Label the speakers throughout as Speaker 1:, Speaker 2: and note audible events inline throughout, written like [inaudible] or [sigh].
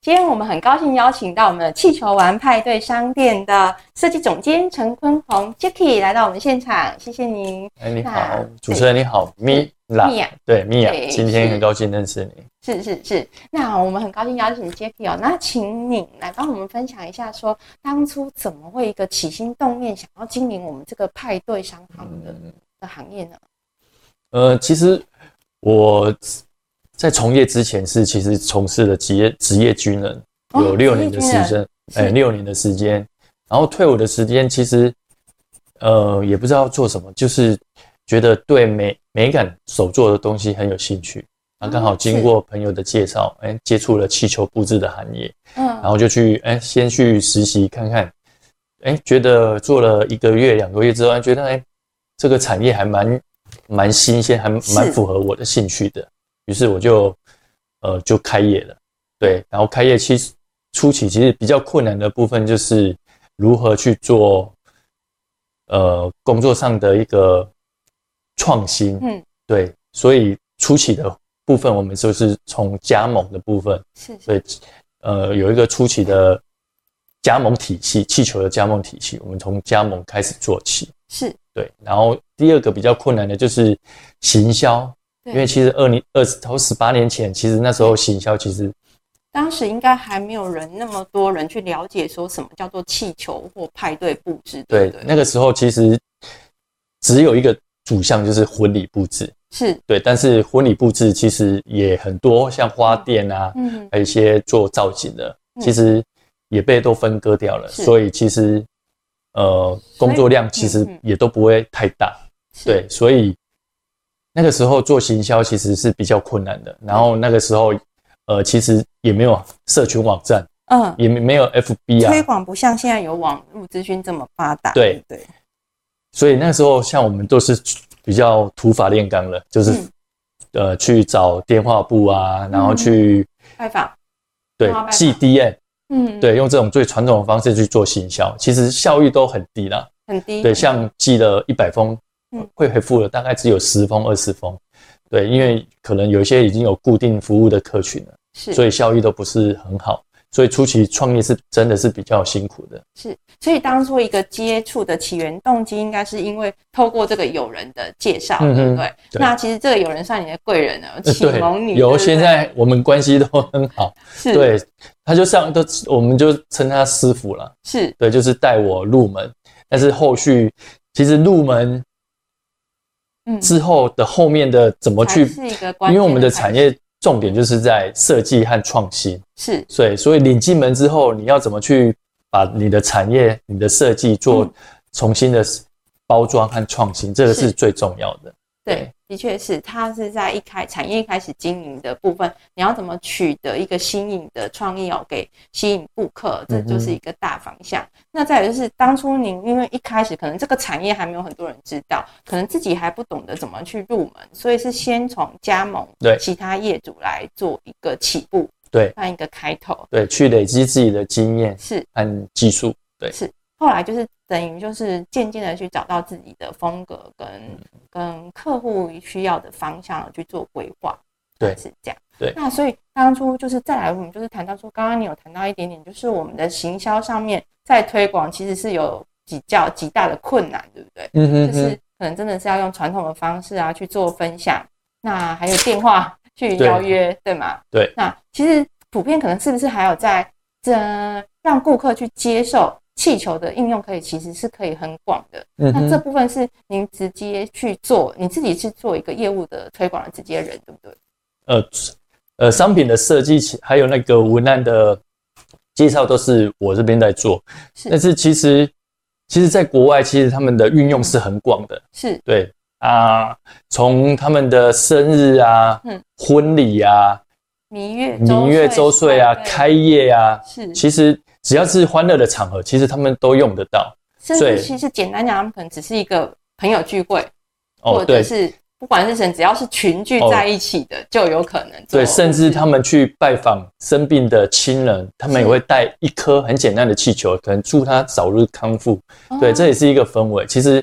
Speaker 1: 今天我们很高兴邀请到我们气球玩派对商店的设计总监陈坤宏 Jacky 来到我们现场，谢谢您。
Speaker 2: 哎，你好
Speaker 1: 那，
Speaker 2: 主持人你好，米拉，
Speaker 1: 米娅
Speaker 2: 对米娅
Speaker 1: 对，
Speaker 2: 今
Speaker 1: 是
Speaker 2: 天很高兴认识你。
Speaker 1: 是是是，那我们很高兴邀请 Jacky 哦，那请你来帮我们分享一下说当初怎么会一个起心动念想要经营我们这个派对商行的、
Speaker 2: 嗯，
Speaker 1: 的行业呢？
Speaker 2: 呃，其实我在从业之前是其实从事了职业职业军人，
Speaker 1: 哦
Speaker 2: 有六年的时
Speaker 1: 职业军
Speaker 2: 间，哎，
Speaker 1: 是
Speaker 2: 六年的时间。然后退伍的时间其实，呃，也不知道做什么，就是觉得对美美感手做的东西很有兴趣。啊，刚好
Speaker 1: 哦
Speaker 2: 经
Speaker 1: 是
Speaker 2: 过朋友的介绍，哎，接触了气球布置的行业。然
Speaker 1: 嗯，
Speaker 2: 后就去哎、先去实习看看，哎、觉得做了一个月两个月之后，哎觉得哎、这个产业还蛮蛮新鲜，还
Speaker 1: 是
Speaker 2: 蛮符合我的兴趣的，于是我就呃就开业了。对，然后开业期初期其实比较困难的部分就是如何去做呃工作上的一个创新。
Speaker 1: 嗯，
Speaker 2: 对，所以初期的部分我们就是从加盟的部分。
Speaker 1: 是是
Speaker 2: 所以呃有一个初期的加盟体系，气球的加盟体系，我们从加盟开始做起。
Speaker 1: 是，
Speaker 2: 对，然后第二个比较困难的就是行销，
Speaker 1: 对
Speaker 2: 因为其实二零二十头十八年前，其实那时候行销其实
Speaker 1: 当时应该还没有人那么多人去了解说什么叫做气球或派对布置，
Speaker 2: 对
Speaker 1: 不对，
Speaker 2: 那个时候其实只有一个主项就是婚礼布置，
Speaker 1: 是，
Speaker 2: 对，但是婚礼布置其实也很多，像花店啊，
Speaker 1: 嗯，
Speaker 2: 还有一些做造景的，
Speaker 1: 嗯
Speaker 2: 其实也被都分割掉了，
Speaker 1: 是
Speaker 2: 所以其实呃
Speaker 1: 以
Speaker 2: 工作量其实
Speaker 1: 嗯嗯
Speaker 2: 也都不会太大，
Speaker 1: 是
Speaker 2: 对，所以那个时候做行销其实是比较困难的。然后那个时候呃其实也没有社群网站，
Speaker 1: 嗯，
Speaker 2: 也没有 FB
Speaker 1: 推
Speaker 2: 啊，
Speaker 1: 广不像现在有网络资讯这么发达，
Speaker 2: 对
Speaker 1: 不对，
Speaker 2: 所以那时候像我们都是比较土法炼钢了，就是、
Speaker 1: 嗯
Speaker 2: 呃去找电话簿啊，然后去、
Speaker 1: 拜访，
Speaker 2: 对
Speaker 1: 电话拜访
Speaker 2: CDN。
Speaker 1: 嗯，，
Speaker 2: 对，用这种最传统的方式去做行销，其实效益都很低啦。
Speaker 1: 很低，
Speaker 2: 对，像寄了一百封
Speaker 1: 嗯，
Speaker 2: 会回复的大概只有十封、二十封。对，因为可能有一些已经有固定服务的客群了，
Speaker 1: 是，
Speaker 2: 所以效益都不是很好。所以初期创业是真的是比较辛苦的。 [laughs]
Speaker 1: 是，所以当初一个接触的起源动机，应该是因为透过这个友人的介绍，
Speaker 2: 嗯哼
Speaker 1: 对不对？
Speaker 2: 对
Speaker 1: 那其实这个友人算你的贵人
Speaker 2: [laughs]
Speaker 1: 呢，
Speaker 2: 呃
Speaker 1: 启蒙你。
Speaker 2: 有
Speaker 1: 对不对
Speaker 2: 现在我们关系都很好，
Speaker 1: 是，
Speaker 2: 对，他就上都我们就称他师傅了。
Speaker 1: 是，
Speaker 2: 对，就是带我入门。但是后续其实入门
Speaker 1: 嗯，
Speaker 2: 之后的后面的怎么去
Speaker 1: 才是一个关
Speaker 2: 因
Speaker 1: 键
Speaker 2: 为我们的产
Speaker 1: 开始
Speaker 2: 业重点就是在设计和创新，
Speaker 1: 是
Speaker 2: 所以所以领进门之后，你要怎么去把你的产业、你的设计做
Speaker 1: 嗯
Speaker 2: 重新的包装和创新，这个
Speaker 1: 是
Speaker 2: 是最重要的。
Speaker 1: 对
Speaker 2: 对，
Speaker 1: 的确是，它是在一开产业一开始经营的部分，你要怎么取得一个新颖的创意哦，给吸引顾客，这
Speaker 2: 嗯哼
Speaker 1: 就是一个大方向。那再有就是，当初您因为一开始可能这个产业还没有很多人知道，可能自己还不懂得怎么去入门，所以是先从加盟
Speaker 2: 对
Speaker 1: 其他业主来做一个起步，
Speaker 2: 对
Speaker 1: 算一个开头。
Speaker 2: 对，去累积自己的经验
Speaker 1: 是，
Speaker 2: 和技术。对
Speaker 1: 后来就是等于就是渐渐的去找到自己的风格跟、
Speaker 2: 嗯
Speaker 1: 跟客户需要的方向去做规划，
Speaker 2: 对
Speaker 1: 是这样。
Speaker 2: 对
Speaker 1: 那所以当初就是再来，我们就是谈到说，刚刚你有谈到一点点，就是我们的行销上面在推广其实是有比较极大的困难，对不对？
Speaker 2: 嗯
Speaker 1: 就
Speaker 2: 哼
Speaker 1: 是
Speaker 2: 哼，
Speaker 1: 可能真的是要用传统的方式啊去做分享，那还有电话 [laughs] 去
Speaker 2: 对
Speaker 1: 邀约，对吗？
Speaker 2: 对。
Speaker 1: 那其实普遍可能是不是还有在这让顾客去接受气球的应用，可以其实是可以很广的。
Speaker 2: 嗯
Speaker 1: 那这
Speaker 2: 哼，
Speaker 1: 部分是您直接去做，你自己是做一个业务的推广的直接人，对不对？
Speaker 2: 呃呃，商品的设计其还有那个文案的介绍都是我这边在做，
Speaker 1: 是
Speaker 2: 但是其实其实，在国外其实他们的运用是很广的。
Speaker 1: 是
Speaker 2: 对啊，从他们的生日啊、
Speaker 1: 嗯
Speaker 2: 婚礼啊、
Speaker 1: 明月
Speaker 2: 明月周岁啊、
Speaker 1: 哦对
Speaker 2: 开业啊，
Speaker 1: 是，
Speaker 2: 其实只要是欢乐的场合，其实他们都用得到。
Speaker 1: 甚
Speaker 2: 对
Speaker 1: 至其实简单讲，他们可能只是一个朋友聚会，
Speaker 2: 哦，
Speaker 1: 或者
Speaker 2: 对
Speaker 1: 是不管是谁，只要是群聚
Speaker 2: 哦
Speaker 1: 在一起的，就有可能做
Speaker 2: 对，甚
Speaker 1: 嗯
Speaker 2: 至他们去拜访生病的亲人，他们也
Speaker 1: 是
Speaker 2: 会带一颗很简单的气球，可能祝他早日康复。
Speaker 1: 哦
Speaker 2: 对，这也是一个氛围。其实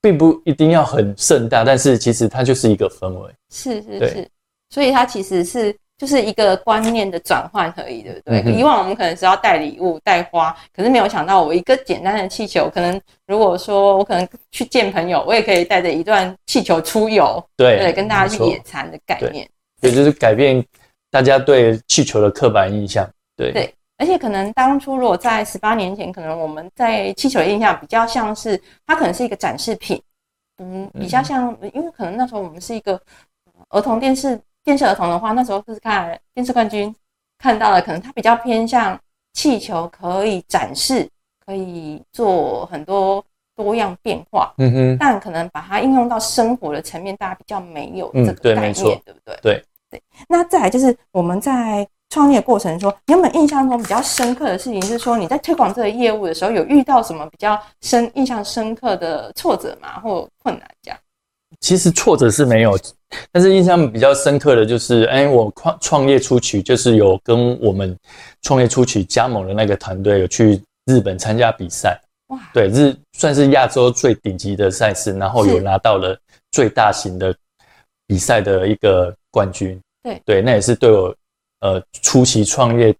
Speaker 2: 并不一定要很盛大，但是其实它就是一个氛围。
Speaker 1: 是是
Speaker 2: 对
Speaker 1: 是，所以它其实是就是一个观念的转换而已，对不对？
Speaker 2: 嗯哼
Speaker 1: 以往我们可能是要带礼物、带花，可是没有想到我一个简单的气球，可能如果说我可能去见朋友，我也可以带着一段气球出游，
Speaker 2: 对
Speaker 1: 对，跟大家
Speaker 2: 没
Speaker 1: 去
Speaker 2: 错
Speaker 1: 野餐的概
Speaker 2: 对
Speaker 1: 念。
Speaker 2: 也就是改变大家对气球的刻板印象。对，
Speaker 1: 对而且可能当初如果在十八年前，可能我们在气球的印象比较像是它可能是一个展示品，嗯，比较像，因为可能那时候我们是一个呃儿童电视电视儿童的话，那时候是看电视冠军看到了，可能它比较偏向气球可以展示，可以做很多多样变化，
Speaker 2: 嗯哼，
Speaker 1: 但可能把它应用到生活的层面，大家比较没有
Speaker 2: 嗯
Speaker 1: 这个
Speaker 2: 对
Speaker 1: 概
Speaker 2: 没
Speaker 1: 念，
Speaker 2: 错
Speaker 1: 对不对？
Speaker 2: 对
Speaker 1: 对。那再来就是我们在创业过程中，你有没有印象中比较深刻的事情？是说你在推广这个业务的时候，有遇到什么比较深、印象深刻的挫折吗，或困难这样？
Speaker 2: 其实挫折是没有，但是印象比较深刻的就是，哎，我创创业初期就是有跟我们创业初期加盟的那个团队有去日本参加比赛，
Speaker 1: 哇，
Speaker 2: 对，日算是亚洲最顶级的赛事，然后
Speaker 1: 是
Speaker 2: 有拿到了最大型的比赛的一个冠军。
Speaker 1: 对
Speaker 2: 对，那也是对我呃初期创业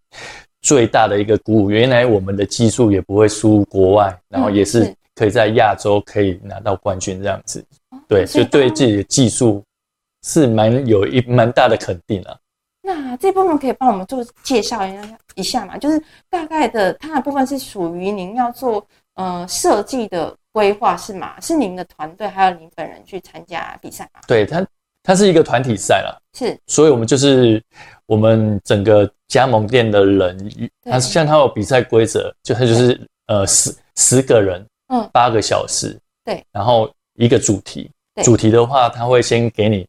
Speaker 2: 最大的一个鼓舞。原来我们的技术也不会输国外，然后也是
Speaker 1: 嗯是
Speaker 2: 可以在亚洲可以拿到冠军这样子。对，
Speaker 1: 所
Speaker 2: 就
Speaker 1: 以
Speaker 2: 对
Speaker 1: 当
Speaker 2: 自己的技术是蛮有一蛮大的肯定啊。
Speaker 1: 那这部分可以帮我们做介绍一下一下嘛？就是大概的它的部分是属于您要做呃设计的规划是吗？是您的团队还有您本人去参加比赛吗？
Speaker 2: 对，它它是一个团体赛啦，
Speaker 1: 是
Speaker 2: 所以我们就是我们整个加盟店的人，
Speaker 1: 对
Speaker 2: 他像他有比赛规则，就他就是呃十十个人，
Speaker 1: 嗯
Speaker 2: 八个小时，
Speaker 1: 对，
Speaker 2: 然后一个主题
Speaker 1: 对，
Speaker 2: 主题的话他会先给你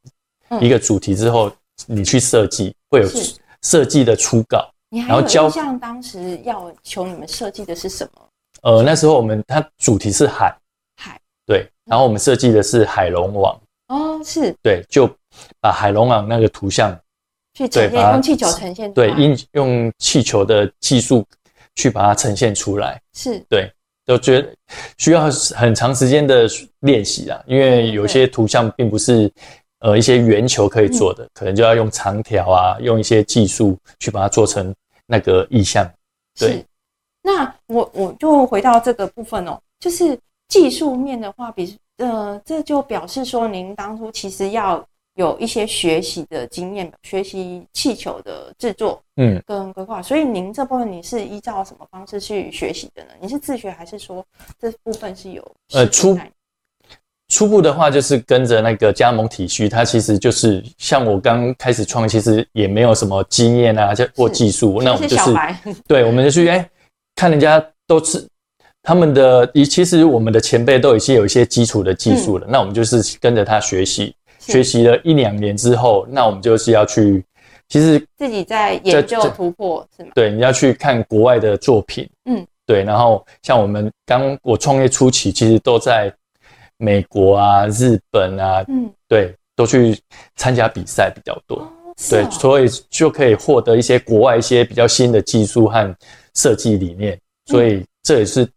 Speaker 1: 嗯
Speaker 2: 一个主题之后，你去设计，会有
Speaker 1: 是
Speaker 2: 设计的初稿。
Speaker 1: 你还
Speaker 2: 然后
Speaker 1: 有
Speaker 2: 交
Speaker 1: 印象当时要求你们设计的是什么？
Speaker 2: 呃，那时候我们它主题是海，
Speaker 1: 海
Speaker 2: 对，然后我们设计的是海龙王，
Speaker 1: 哦，是
Speaker 2: 对，就把海龙王那个图像
Speaker 1: 去呈
Speaker 2: 对把
Speaker 1: 现
Speaker 2: 它
Speaker 1: 用气球呈现出
Speaker 2: 对
Speaker 1: 来，
Speaker 2: 应用气球的技术去把它呈现出来，
Speaker 1: 是
Speaker 2: 都觉得需要很长时间的练习啊，因
Speaker 1: 嗯
Speaker 2: 为有些图像并不是呃一些圆球可以做的，可能就要用长条啊，用一些技术去把它做成那个意象。对
Speaker 1: 是。那我我就回到这个部分哦，就是技术面的话，比呃，这就表示说您当初其实要有一些学习的经验，学习气球的制作
Speaker 2: 嗯，
Speaker 1: 跟规划。所以您这部分你是依照什么方式去学习的呢？你是自学还是说这部分是有
Speaker 2: 呃
Speaker 1: 师傅
Speaker 2: 初
Speaker 1: 带你
Speaker 2: 初步的话就是跟着那个加盟体系，它其实就是像我刚开始创业，其实也没有什么经验啊，就或
Speaker 1: 是
Speaker 2: 技术，那我
Speaker 1: 是
Speaker 2: 们就是
Speaker 1: 小白， [laughs]
Speaker 2: 对，我们就去哎、看人家都是他们的，以其实我们的前辈都已经有一些基础的技术了，那我们就是跟着他学习，
Speaker 1: 嗯是
Speaker 2: 学习了一两年之后，那我们就是要去，其实
Speaker 1: 自己在研
Speaker 2: 这
Speaker 1: 究
Speaker 2: 这
Speaker 1: 突破是吗？
Speaker 2: 对你要去看国外的作品，
Speaker 1: 嗯，
Speaker 2: 对，然后像我们刚我创业初期，其实都在美国啊、日本啊，
Speaker 1: 嗯，
Speaker 2: 对，都去参加比赛比较多。
Speaker 1: 哦，是
Speaker 2: 对，
Speaker 1: 哦
Speaker 2: 所以就可以获得一些国外一些比较新的技术和设计理
Speaker 1: 嗯
Speaker 2: 念，所以这也是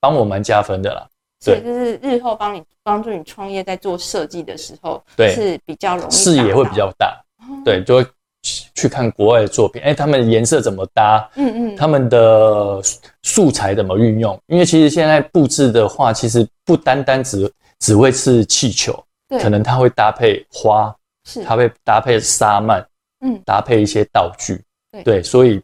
Speaker 2: 帮我蛮加分的啦。
Speaker 1: 所以
Speaker 2: 对
Speaker 1: 就是日后帮你帮助你创业，在做设计的时候，
Speaker 2: 对
Speaker 1: 是比较容易
Speaker 2: 视野会比
Speaker 1: 达
Speaker 2: 较大，
Speaker 1: 到哦
Speaker 2: 对，就会去去看国外的作品，哎，他们颜色怎么搭，
Speaker 1: 嗯嗯，
Speaker 2: 他们的素材怎么运用？因为其实现在布置的话，其实不单单只只会是气球，
Speaker 1: 对，
Speaker 2: 可能它会搭配花，
Speaker 1: 是
Speaker 2: 它会搭配沙漫，
Speaker 1: 嗯
Speaker 2: 搭配一些道具，
Speaker 1: 对
Speaker 2: 所以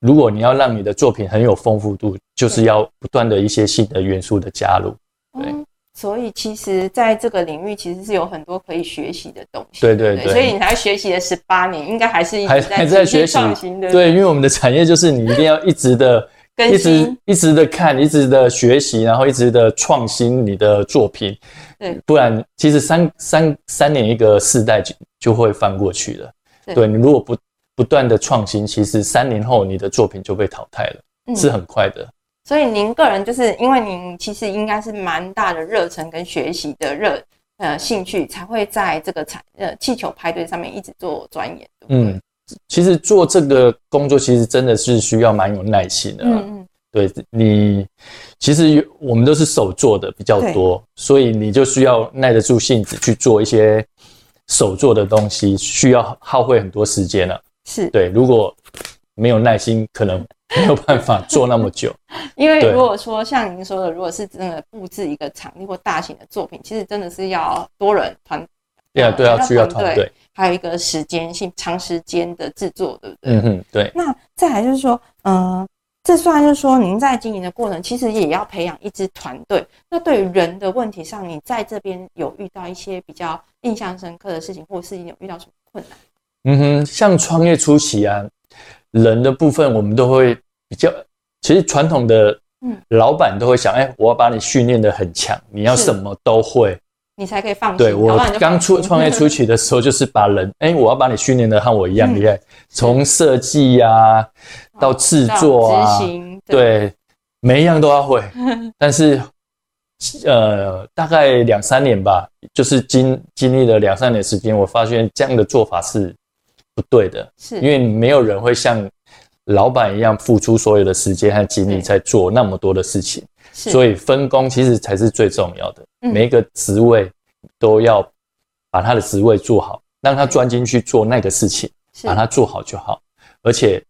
Speaker 2: 如果你要让你的作品很有丰富度，就是要不断的一些新的元素的加入，对
Speaker 1: 哦所以其实在这个领域其实是有很多可以学习的东西，
Speaker 2: 对对对
Speaker 1: 所以你才学习了十八年，应该还是一直
Speaker 2: 还还在
Speaker 1: 持续
Speaker 2: 学习
Speaker 1: 创新的，
Speaker 2: 对，因为我们的产业就是你一
Speaker 1: [laughs]
Speaker 2: 定要一直的
Speaker 1: 更
Speaker 2: 一
Speaker 1: 新
Speaker 2: 直一直的看，一直的学习，然后一直的创新你的作品，
Speaker 1: 对
Speaker 2: 不然其实三三三年一个世代就就会翻过去了，
Speaker 1: 对
Speaker 2: 你如果不不断的创新，其实三年后你的作品就被淘汰了，
Speaker 1: 嗯
Speaker 2: 是很快的。
Speaker 1: 所以您个人就是因为您其实应该是蛮大的热忱跟学习的热呃兴趣，才会在这个产呃气球排队上面一直做钻研，对不对？
Speaker 2: 嗯，其实做这个工作，其实真的是需要蛮有耐心的啦、
Speaker 1: 嗯嗯，
Speaker 2: 对啊你，其实有我们都是手做的比较多，所以你就需要耐得住性子去做一些手做的东西需要耗费很多时间了、
Speaker 1: 是
Speaker 2: 对，如果没有耐心，可能没有办法做那
Speaker 1: [laughs]
Speaker 2: 么久。
Speaker 1: 因为
Speaker 2: 对
Speaker 1: 如果说像您说的，如果是真的布置一个场地或大型的作品，其实真的是要多人团，
Speaker 2: 对啊，对啊，
Speaker 1: 要
Speaker 2: 需要
Speaker 1: 团
Speaker 2: 团
Speaker 1: 队
Speaker 2: 队。
Speaker 1: 还有一个时间性长时间的制作，对不对？
Speaker 2: 嗯哼，对，
Speaker 1: 那再来就是说，呃，这算是说您在经营的过程，其实也要培养一支团队。那对于人的问题上，你在这边有遇到一些比较印象深刻的事情，或是有遇到什么困难？
Speaker 2: 嗯哼，像创业初期啊，人的部分我们都会比较，其实传统的
Speaker 1: 嗯
Speaker 2: 老板都会想，哎、我要把你训练的很强，你要
Speaker 1: 是
Speaker 2: 什么都会。
Speaker 1: 你才可以放心。
Speaker 2: 对
Speaker 1: 要
Speaker 2: 我
Speaker 1: 不嗯然你就
Speaker 2: 刚
Speaker 1: 放
Speaker 2: 出
Speaker 1: 心
Speaker 2: 创
Speaker 1: [laughs]
Speaker 2: 业初，期的时候，就是把人，哎、我要把你训练的和我
Speaker 1: 嗯
Speaker 2: 一样厉害，从设计呀哎到制
Speaker 1: 到
Speaker 2: 作啊
Speaker 1: 执，行，
Speaker 2: 对，每一样都要
Speaker 1: [laughs]
Speaker 2: 会。但是，呃，大概两三年吧，就是经经历了两三年时间，我发现这样的做法是不对的，
Speaker 1: 是
Speaker 2: 因为没有人会像老板一样付出所有的时间和精力
Speaker 1: 对
Speaker 2: 在做那么多的事情。
Speaker 1: 是
Speaker 2: 所以分工其实才是最重要的。
Speaker 1: 嗯
Speaker 2: 每一个职位都要把他的职位做好，让他专精去做那个事情，
Speaker 1: 是
Speaker 2: 把它做好就好。而且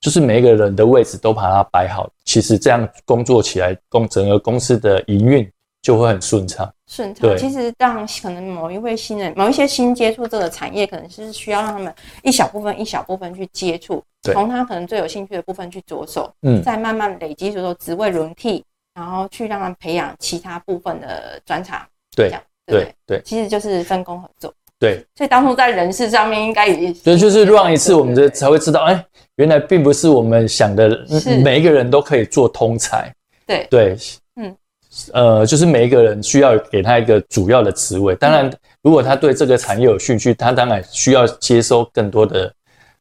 Speaker 2: 就是每一个人的位置都把它摆好，其实这样工作起来，公整个公司的营运就会很顺畅。
Speaker 1: 顺畅。
Speaker 2: 对
Speaker 1: 其实让可能某一位新人、某一些新接触这个产业，可能是需要让他们一小部分、一小部分去接触，
Speaker 2: 对
Speaker 1: 从他可能最有兴趣的部分去着手，
Speaker 2: 嗯，
Speaker 1: 再慢慢累积，就是说职位轮替，然后去让他们培养其他部分的专长。
Speaker 2: 对
Speaker 1: 这样对不
Speaker 2: 对
Speaker 1: 对，
Speaker 2: 对
Speaker 1: 其实就是分工合作。
Speaker 2: 对，
Speaker 1: 所以当初在人事上面应该也
Speaker 2: 所以就是乱
Speaker 1: 乱
Speaker 2: 一次，我们的才会知道，哎，原来并不是我们想的，
Speaker 1: 是
Speaker 2: 嗯每一个人都可以做通才。
Speaker 1: 对
Speaker 2: 对，
Speaker 1: 嗯
Speaker 2: 嗯，呃，就是每一个人需要给他一个主要的职位。当然，如果他对这个产业有兴趣，他当然需要接收更多的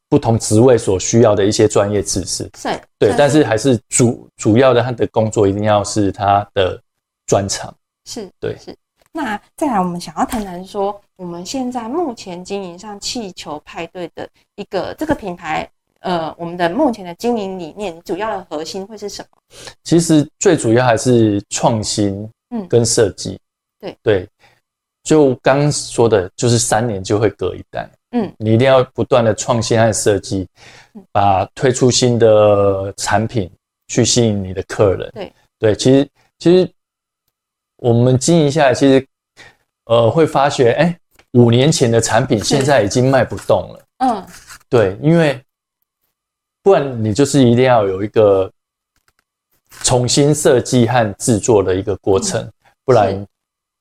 Speaker 2: 不同职位所需要的一些专业知识。
Speaker 1: 是，
Speaker 2: 对，但
Speaker 1: 是
Speaker 2: 是还是主主要的他的工作一定要是他的专长。
Speaker 1: 是，
Speaker 2: 对
Speaker 1: 是。那再来，我们想要谈谈说，我们现在目前经营上气球派对的一个这个品牌，呃，我们的目前的经营理念主要的核心会是什么？
Speaker 2: 其实最主要还是创新，
Speaker 1: 嗯
Speaker 2: 跟设计，
Speaker 1: 对
Speaker 2: 对，就刚刚说的，就是三年就会隔一代，
Speaker 1: 嗯，
Speaker 2: 你一定要不断的创新和设计
Speaker 1: 嗯，
Speaker 2: 把推出新的产品去吸引你的客人，
Speaker 1: 对
Speaker 2: 对，其实其实我们经营下来，其实呃会发觉，哎、五年前的
Speaker 1: [laughs]
Speaker 2: 产品
Speaker 1: 是
Speaker 2: 现在已经卖不动了。
Speaker 1: 嗯，
Speaker 2: 对，因为不然你就是一定要有一个重新设计和制作的一个过程，
Speaker 1: 嗯
Speaker 2: 不然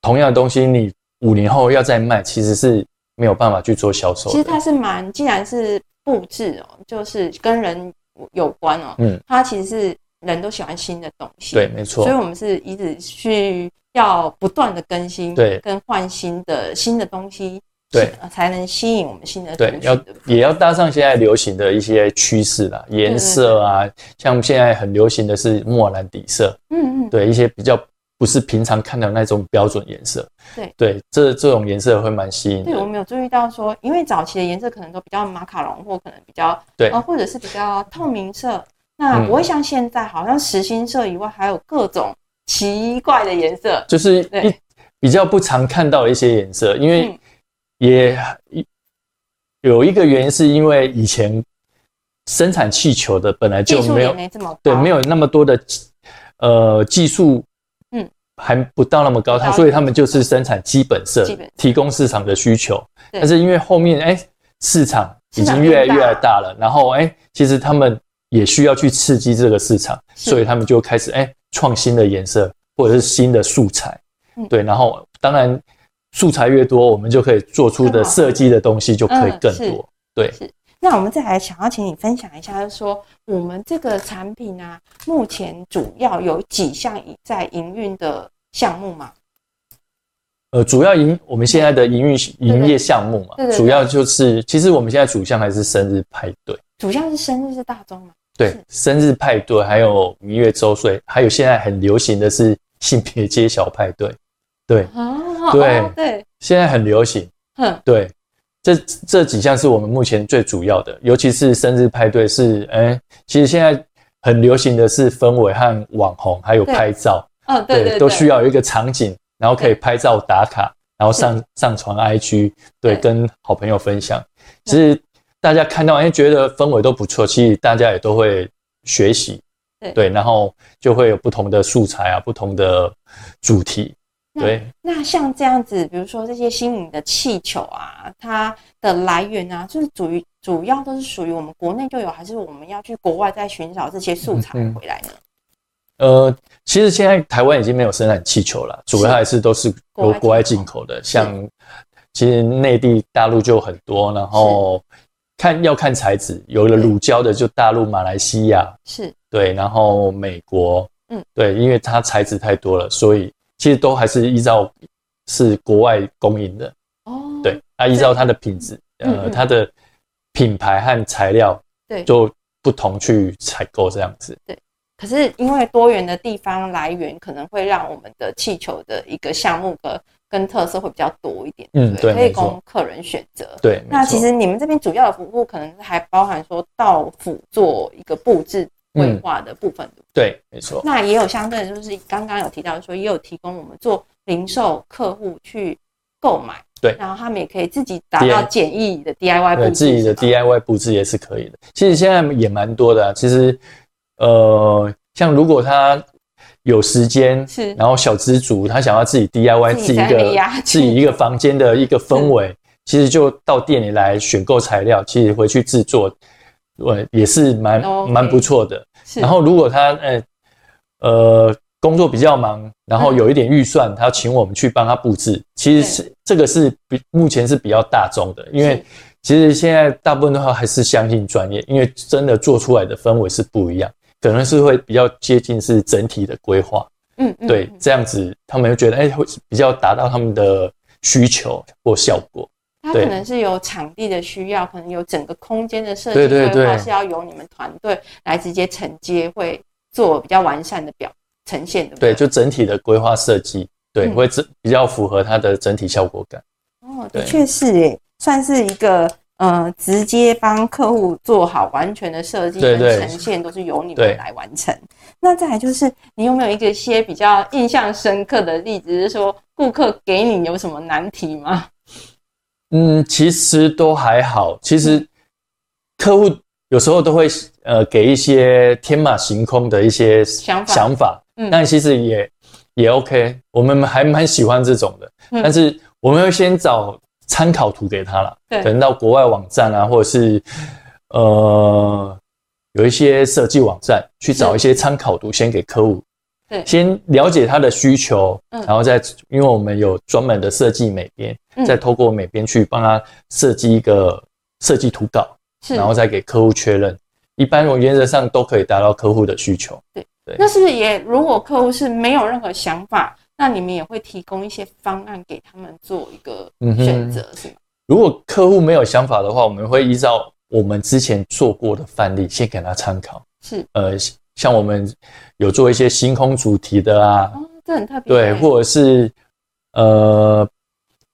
Speaker 2: 同样的东西你五年后要再卖，其实是没有办法去做销售
Speaker 1: 其实它
Speaker 2: 的。
Speaker 1: 是蛮，既然是布置哦，就是跟人有关哦，
Speaker 2: 嗯，
Speaker 1: 它其实是人都喜欢新的东西，
Speaker 2: 对，没错
Speaker 1: 所以，我们是一直去要不断的更新，
Speaker 2: 对
Speaker 1: 跟换新的新的东西，
Speaker 2: 对
Speaker 1: 呃，才能吸引我们新的族
Speaker 2: 对
Speaker 1: 群，
Speaker 2: 要
Speaker 1: 对不对
Speaker 2: 也要搭上现在流行的一些趋势啦，颜色啊，像现在很流行的是莫兰底色，
Speaker 1: 嗯嗯，
Speaker 2: 对，一些比较不是平常看到那种标准颜色，
Speaker 1: 对
Speaker 2: 对，这这种颜色会蛮吸引
Speaker 1: 对，我
Speaker 2: 人，
Speaker 1: 们有注意到说，因为早期的颜色可能都比较马卡龙，或可能比较
Speaker 2: 对嗯
Speaker 1: 呃，或者是比较透明色。那不会像现在，好像实心色以外，还有各种奇怪的颜色。
Speaker 2: 就是
Speaker 1: 对
Speaker 2: 一比较不常看到的一些颜色，因为
Speaker 1: 嗯
Speaker 2: 也有一个原因是因为以前生产气球的本来
Speaker 1: 技
Speaker 2: 就
Speaker 1: 术
Speaker 2: 没
Speaker 1: 也
Speaker 2: 有
Speaker 1: 没这么高，
Speaker 2: 对没有那么多的呃技术，
Speaker 1: 嗯
Speaker 2: 嗯，还不到那么高，它
Speaker 1: 不到
Speaker 2: 所以他们就是生产基本色
Speaker 1: 基本色，
Speaker 2: 提供市场的需求。
Speaker 1: 对
Speaker 2: 但是因为后面哎、市场已
Speaker 1: 市场
Speaker 2: 经越来
Speaker 1: 变
Speaker 2: 越
Speaker 1: 大
Speaker 2: 大了，然后哎、其实他们也需要去刺激这个市场，
Speaker 1: 是
Speaker 2: 所以他们就开始哎创、新的颜色或者是新的素材，
Speaker 1: 嗯
Speaker 2: 对，然后当然素材越多，我们就可以做出
Speaker 1: 更
Speaker 2: 的
Speaker 1: 好
Speaker 2: 设计的东西就可以
Speaker 1: 嗯
Speaker 2: 更
Speaker 1: 是
Speaker 2: 多，对。
Speaker 1: 那我们再来想要请你分享一下，就是说我们这个产品啊，目前主要有几项已在营运的项目嘛？
Speaker 2: 呃，主要营我们现在的营运营业项目嘛
Speaker 1: 对对，对
Speaker 2: 主要就是其实我们现在主项还是生日派对，
Speaker 1: 主要是生日是大宗嘛？
Speaker 2: 对
Speaker 1: 是，
Speaker 2: 生日派对，还有蜜月周岁，还有现在很流行的是性别揭晓派对，对，
Speaker 1: 哦，
Speaker 2: 对
Speaker 1: 哦对，嗯
Speaker 2: 现在很流行，
Speaker 1: 哼，
Speaker 2: 对，这这几项是我们目前最主要的，尤其是生日派对是，哎、其实现在很流行的是氛围和网红，还有
Speaker 1: 对
Speaker 2: 拍照，
Speaker 1: 哦，对对，
Speaker 2: 都需
Speaker 1: 要
Speaker 2: 要有一个场景，然后可以
Speaker 1: 对
Speaker 2: 拍照打卡，然后上上传 IG，
Speaker 1: 对
Speaker 2: 对，跟好朋友分享。其实大家看到，哎，觉得氛围都不错，其实大家也都会学习，
Speaker 1: 对
Speaker 2: 然后就会有不同的素材啊，不同的主题，
Speaker 1: 那
Speaker 2: 对，
Speaker 1: 那像这样子，比如说这些新颖的气球啊，它的来源啊，就是主于主要都是属于我们国内就有，还是我们要去国外再寻找这些素材
Speaker 2: 嗯嗯
Speaker 1: 回来呢？
Speaker 2: 呃，其实现在台湾已经没有生产气球了，主要还是都是由国外进口的。像其实内地、大陆就很多，然后看要看材质，有了乳胶的就大陆、马来西亚，
Speaker 1: 是
Speaker 2: 对，然后美国，
Speaker 1: 嗯，
Speaker 2: 对，因为它材质太多了，所以其实都还是依照是国外供应的，
Speaker 1: 哦，
Speaker 2: 对，它依照它的品质，
Speaker 1: 嗯
Speaker 2: 呃，
Speaker 1: 嗯
Speaker 2: 它的品牌和材料
Speaker 1: 对，
Speaker 2: 就不同去采购这样子。
Speaker 1: 可是因为多元的地方来源，可能会让我们的气球的一个项目跟跟特色会比较多一点，
Speaker 2: 嗯
Speaker 1: 不可
Speaker 2: 对
Speaker 1: 以
Speaker 2: 没错
Speaker 1: 供客人选择。
Speaker 2: 对，没
Speaker 1: 那其
Speaker 2: 错
Speaker 1: 实你们这边主要的服务可能还包含说到府做一个布置
Speaker 2: 嗯
Speaker 1: 规划的部分，
Speaker 2: 对，没错。
Speaker 1: 那也有相对的，就是刚刚有提到说，也有提供我们做零售客户去购买，
Speaker 2: 对
Speaker 1: 然后他们也可以自己达到
Speaker 2: DIY
Speaker 1: 简易的 DIY 布
Speaker 2: 对
Speaker 1: 置，
Speaker 2: 自己的
Speaker 1: 是吧
Speaker 2: DIY 布置也是可以的。其实现在也蛮多的、啊，其实呃，像如果他有时间，
Speaker 1: 是
Speaker 2: 然后小资族他想要自己 DIY
Speaker 1: 自
Speaker 2: 自
Speaker 1: 己
Speaker 2: 己一
Speaker 1: 在那里
Speaker 2: 个
Speaker 1: 压
Speaker 2: 自己一个房间的一个氛
Speaker 1: [laughs]
Speaker 2: 围，其实就到店里来选购材料，其实回去制作，呃，也是蛮
Speaker 1: 都哦 OK
Speaker 2: 蛮不错的。
Speaker 1: 是
Speaker 2: 然后如果他呃呃工作比较忙，然后有一点预算，他请我们去帮他布置，其实是这个是比目前是比较大众的，因为
Speaker 1: 是
Speaker 2: 其实现在大部分的话还是相信专业，因为真的做出来的氛围是不一样，可能是会比较接近是整体的规划，
Speaker 1: 嗯嗯
Speaker 2: 对，
Speaker 1: 嗯
Speaker 2: 这样子他们就觉得哎会比较达到他们的需求或效果，
Speaker 1: 它
Speaker 2: 对
Speaker 1: 可能是有场地的需要，可能有整个空间的设计
Speaker 2: 对对
Speaker 1: 规划
Speaker 2: 对
Speaker 1: 是要由你们团队来直接承接，会做比较完善的表呈现，对不
Speaker 2: 对，
Speaker 1: 对？
Speaker 2: 就整体的规划设计，对，
Speaker 1: 嗯
Speaker 2: 会整比较符合它的整体效果感。
Speaker 1: 哦，
Speaker 2: 对
Speaker 1: 的确是诶，算是一个呃，直接帮客户做好完全的设计
Speaker 2: 对
Speaker 1: 跟
Speaker 2: 对
Speaker 1: 呈现，都是由你
Speaker 2: 对
Speaker 1: 们来完成。那再来就是，你有没有一个些比较印象深刻的例子，就是说顾客给你有什么难题吗？
Speaker 2: 嗯，其实都还好。其实
Speaker 1: 嗯
Speaker 2: 客户有时候都会呃给一些天马行空的一些
Speaker 1: 想法
Speaker 2: 想法，
Speaker 1: 嗯
Speaker 2: 但其实也也 OK，我们还蛮喜欢这种的。
Speaker 1: 嗯
Speaker 2: 但是我们会先找参考图给他啦，
Speaker 1: 对
Speaker 2: 可能到国外网站啊，或者是呃有一些设计网站去找一些参考图，先给客户
Speaker 1: 对
Speaker 2: 先了解他的需求，
Speaker 1: 嗯
Speaker 2: 然后再因为我们有专门的设计美编，
Speaker 1: 嗯
Speaker 2: 再透过美编去帮他设计一个设计图稿，
Speaker 1: 是，
Speaker 2: 然后再给客户确认。一般我原则上都可以达到客户的需求。
Speaker 1: 那是不是也如果客户是没有任何想法，那你们也会提供一些方案给他们做一个
Speaker 2: 嗯哼
Speaker 1: 选择，是吗？
Speaker 2: 如果客户没有想法的话，我们会依照我们之前做过的范例，先给他参考。
Speaker 1: 是，
Speaker 2: 呃，像我们有做一些星空主题的啊，
Speaker 1: 哦，这很特别
Speaker 2: 对，
Speaker 1: 耶，
Speaker 2: 或者是呃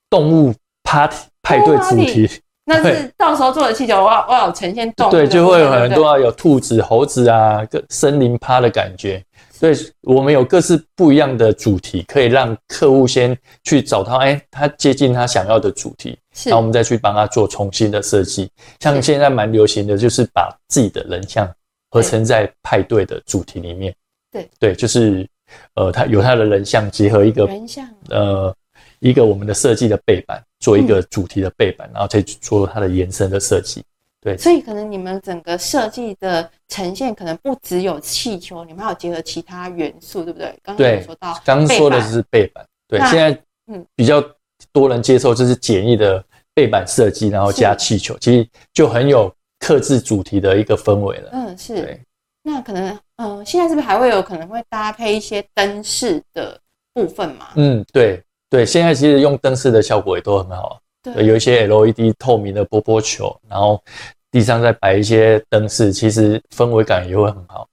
Speaker 2: 动物 party 派对主题，
Speaker 1: 那是到时候做的气球，我要我要有呈现动物的
Speaker 2: 对，就
Speaker 1: 部
Speaker 2: 会
Speaker 1: 分
Speaker 2: 有很
Speaker 1: 对不对
Speaker 2: 多啊，有兔子、猴子啊，各森林趴的感觉。对，我们有各式不一样的主题，可以让客户先去找他，哎，他接近他想要的主题，
Speaker 1: 是
Speaker 2: 然后我们再去帮他做重新的设计。像
Speaker 1: 是
Speaker 2: 现在蛮流行的，就是把自己的人像合成在派对的主题里面。
Speaker 1: 对
Speaker 2: 对，就是呃，他有他的人像，结合一个
Speaker 1: 人像。
Speaker 2: 呃一个我们的设计的背板，做一个
Speaker 1: 嗯
Speaker 2: 主题的背板，然后再去做它的延伸的设计。
Speaker 1: 所以可能你们整个设计的呈现，可能不只有气球，你们还有结合其他元素，对不对？刚刚有
Speaker 2: 对
Speaker 1: 说到，
Speaker 2: 刚说的
Speaker 1: 背板
Speaker 2: 是背板，对，
Speaker 1: 那
Speaker 2: 现在
Speaker 1: 嗯
Speaker 2: 比较多人接受就是简易的背板设计，然后加
Speaker 1: 是
Speaker 2: 气球，其实就很有克制主题的一个氛围了。
Speaker 1: 嗯，是。
Speaker 2: 对，
Speaker 1: 那可能，呃，现在是不是还会有可能会搭配一些灯饰的部分嘛？
Speaker 2: 嗯，对对，现在其实用灯饰的效果也都很好，
Speaker 1: 嗯
Speaker 2: 对有一些 LED 透明的波波球，然后地上再摆一些灯饰，其实氛围感也会很好。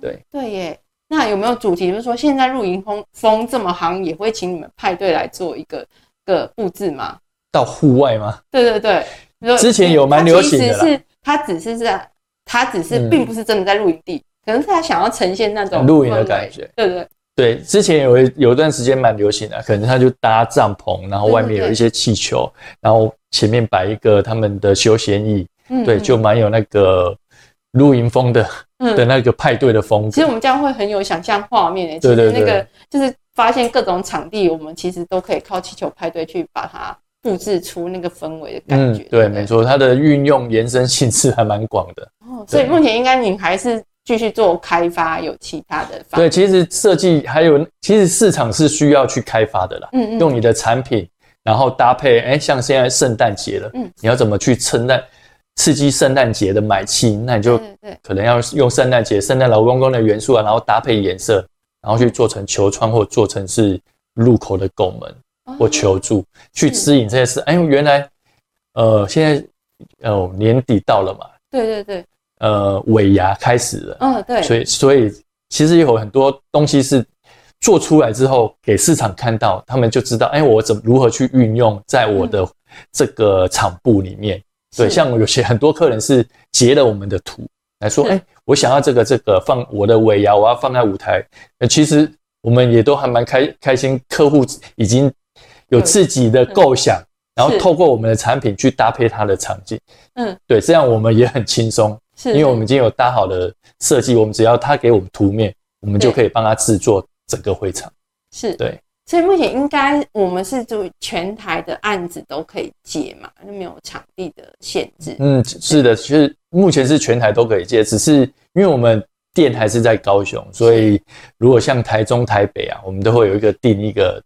Speaker 1: 对耶。那有没有主题，就是说现在露营风风这么行，也会请你们派对来做一个个布置吗？
Speaker 2: 到户外吗？
Speaker 1: 对对对，比如说
Speaker 2: 之前有蛮流行的啦
Speaker 1: 它其实是它只是在，它只是
Speaker 2: 嗯
Speaker 1: 并不是真的在露营地，可能是他想要呈现那种
Speaker 2: 露营的
Speaker 1: 氛围
Speaker 2: 感觉
Speaker 1: 对对
Speaker 2: 对，之前有一有一段时间蛮流行的，可能他就搭帐篷，然后外
Speaker 1: 对对
Speaker 2: 面
Speaker 1: 嗯对
Speaker 2: 有一些气球，然后前面摆一个他们的休闲椅，
Speaker 1: 嗯
Speaker 2: 对，就蛮有那个露营风的
Speaker 1: 嗯
Speaker 2: 的那个派对的风
Speaker 1: 其实我
Speaker 2: 格。
Speaker 1: 们这样会很有想象画面诶。
Speaker 2: 对对
Speaker 1: 其实那个
Speaker 2: 对
Speaker 1: 就是发现各种场地，我们其实都可以靠气球派对去把它布置出那个氛围的感
Speaker 2: 嗯
Speaker 1: 觉。，
Speaker 2: 对，
Speaker 1: 不
Speaker 2: 没。错，它的运用延伸性是还蛮广的。
Speaker 1: 哦，所以目前应该你还是继续做开发，有其他的方
Speaker 2: 对，，其实设计还有，其实市场是需要去开发的啦。
Speaker 1: 嗯嗯，
Speaker 2: 用你的产品，然后搭配，哎，像现在圣诞节了，
Speaker 1: 嗯
Speaker 2: 你要怎么去称诞刺激圣诞节的买气？那你
Speaker 1: 对
Speaker 2: 就
Speaker 1: 对对，
Speaker 2: 可能要用圣诞节、圣诞老公公的元素啊，然后搭配颜色，然后去做成球窗或做成是入口的拱门或
Speaker 1: 哦
Speaker 2: 球柱，去
Speaker 1: 是
Speaker 2: 指引这些事。哎，原来，呃，现在哦、年底到了嘛，
Speaker 1: 对对对，
Speaker 2: 呃，尾牙开始了，
Speaker 1: 嗯对，
Speaker 2: 所以所以其实有很多东西是做出来之后给市场看到，他们就知道，哎，我怎么如何去运用在我的这个场布里面。对，
Speaker 1: 嗯是
Speaker 2: 像有些很多客人是截了我们的图来说，
Speaker 1: 是
Speaker 2: 哎，我想要这个这个放我的尾牙，我要放在舞台。呃，其实我们也都还蛮开开心，客户已经有
Speaker 1: 有
Speaker 2: 自己的构想，然后
Speaker 1: 是
Speaker 2: 透过我们的产品去搭配它的场景。
Speaker 1: 嗯，
Speaker 2: 对，这样我们也很轻松。
Speaker 1: 是
Speaker 2: [laughs] 因为我们已经有搭好的设计，我们只要他给我们图面，我们就
Speaker 1: 对
Speaker 2: 可以帮他制作整个会场。
Speaker 1: 是
Speaker 2: 对。
Speaker 1: 所以目前应该我们是就全台的案子都可以接嘛，就没有场地的限制。
Speaker 2: 嗯，是的，其实目前是全台都可以接，只是因为我们店还是在高雄，所以如果像台中、台北啊，我们都会有一个定一个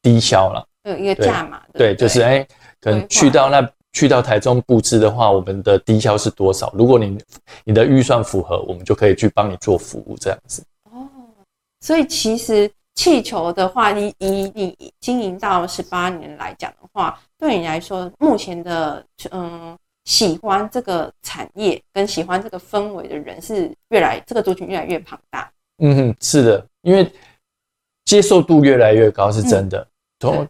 Speaker 2: 低消啦。
Speaker 1: 有一个
Speaker 2: 对
Speaker 1: 价码，
Speaker 2: 对，
Speaker 1: 不
Speaker 2: 就是哎、可
Speaker 1: 嗯规划
Speaker 2: 能去到那去到台中布置的话，我们的低消是多少？如果你你的预算符合，我们就可以去帮你做服务这样子。
Speaker 1: 哦，所以其实气球的话，你以你经营到十八年来讲的话，对你来说，目前的嗯喜欢这个产业跟喜欢这个氛围的人是越来这个族群越来越庞大。
Speaker 2: 嗯哼，是的，因为接受度越来越高是真
Speaker 1: 嗯
Speaker 2: 的。从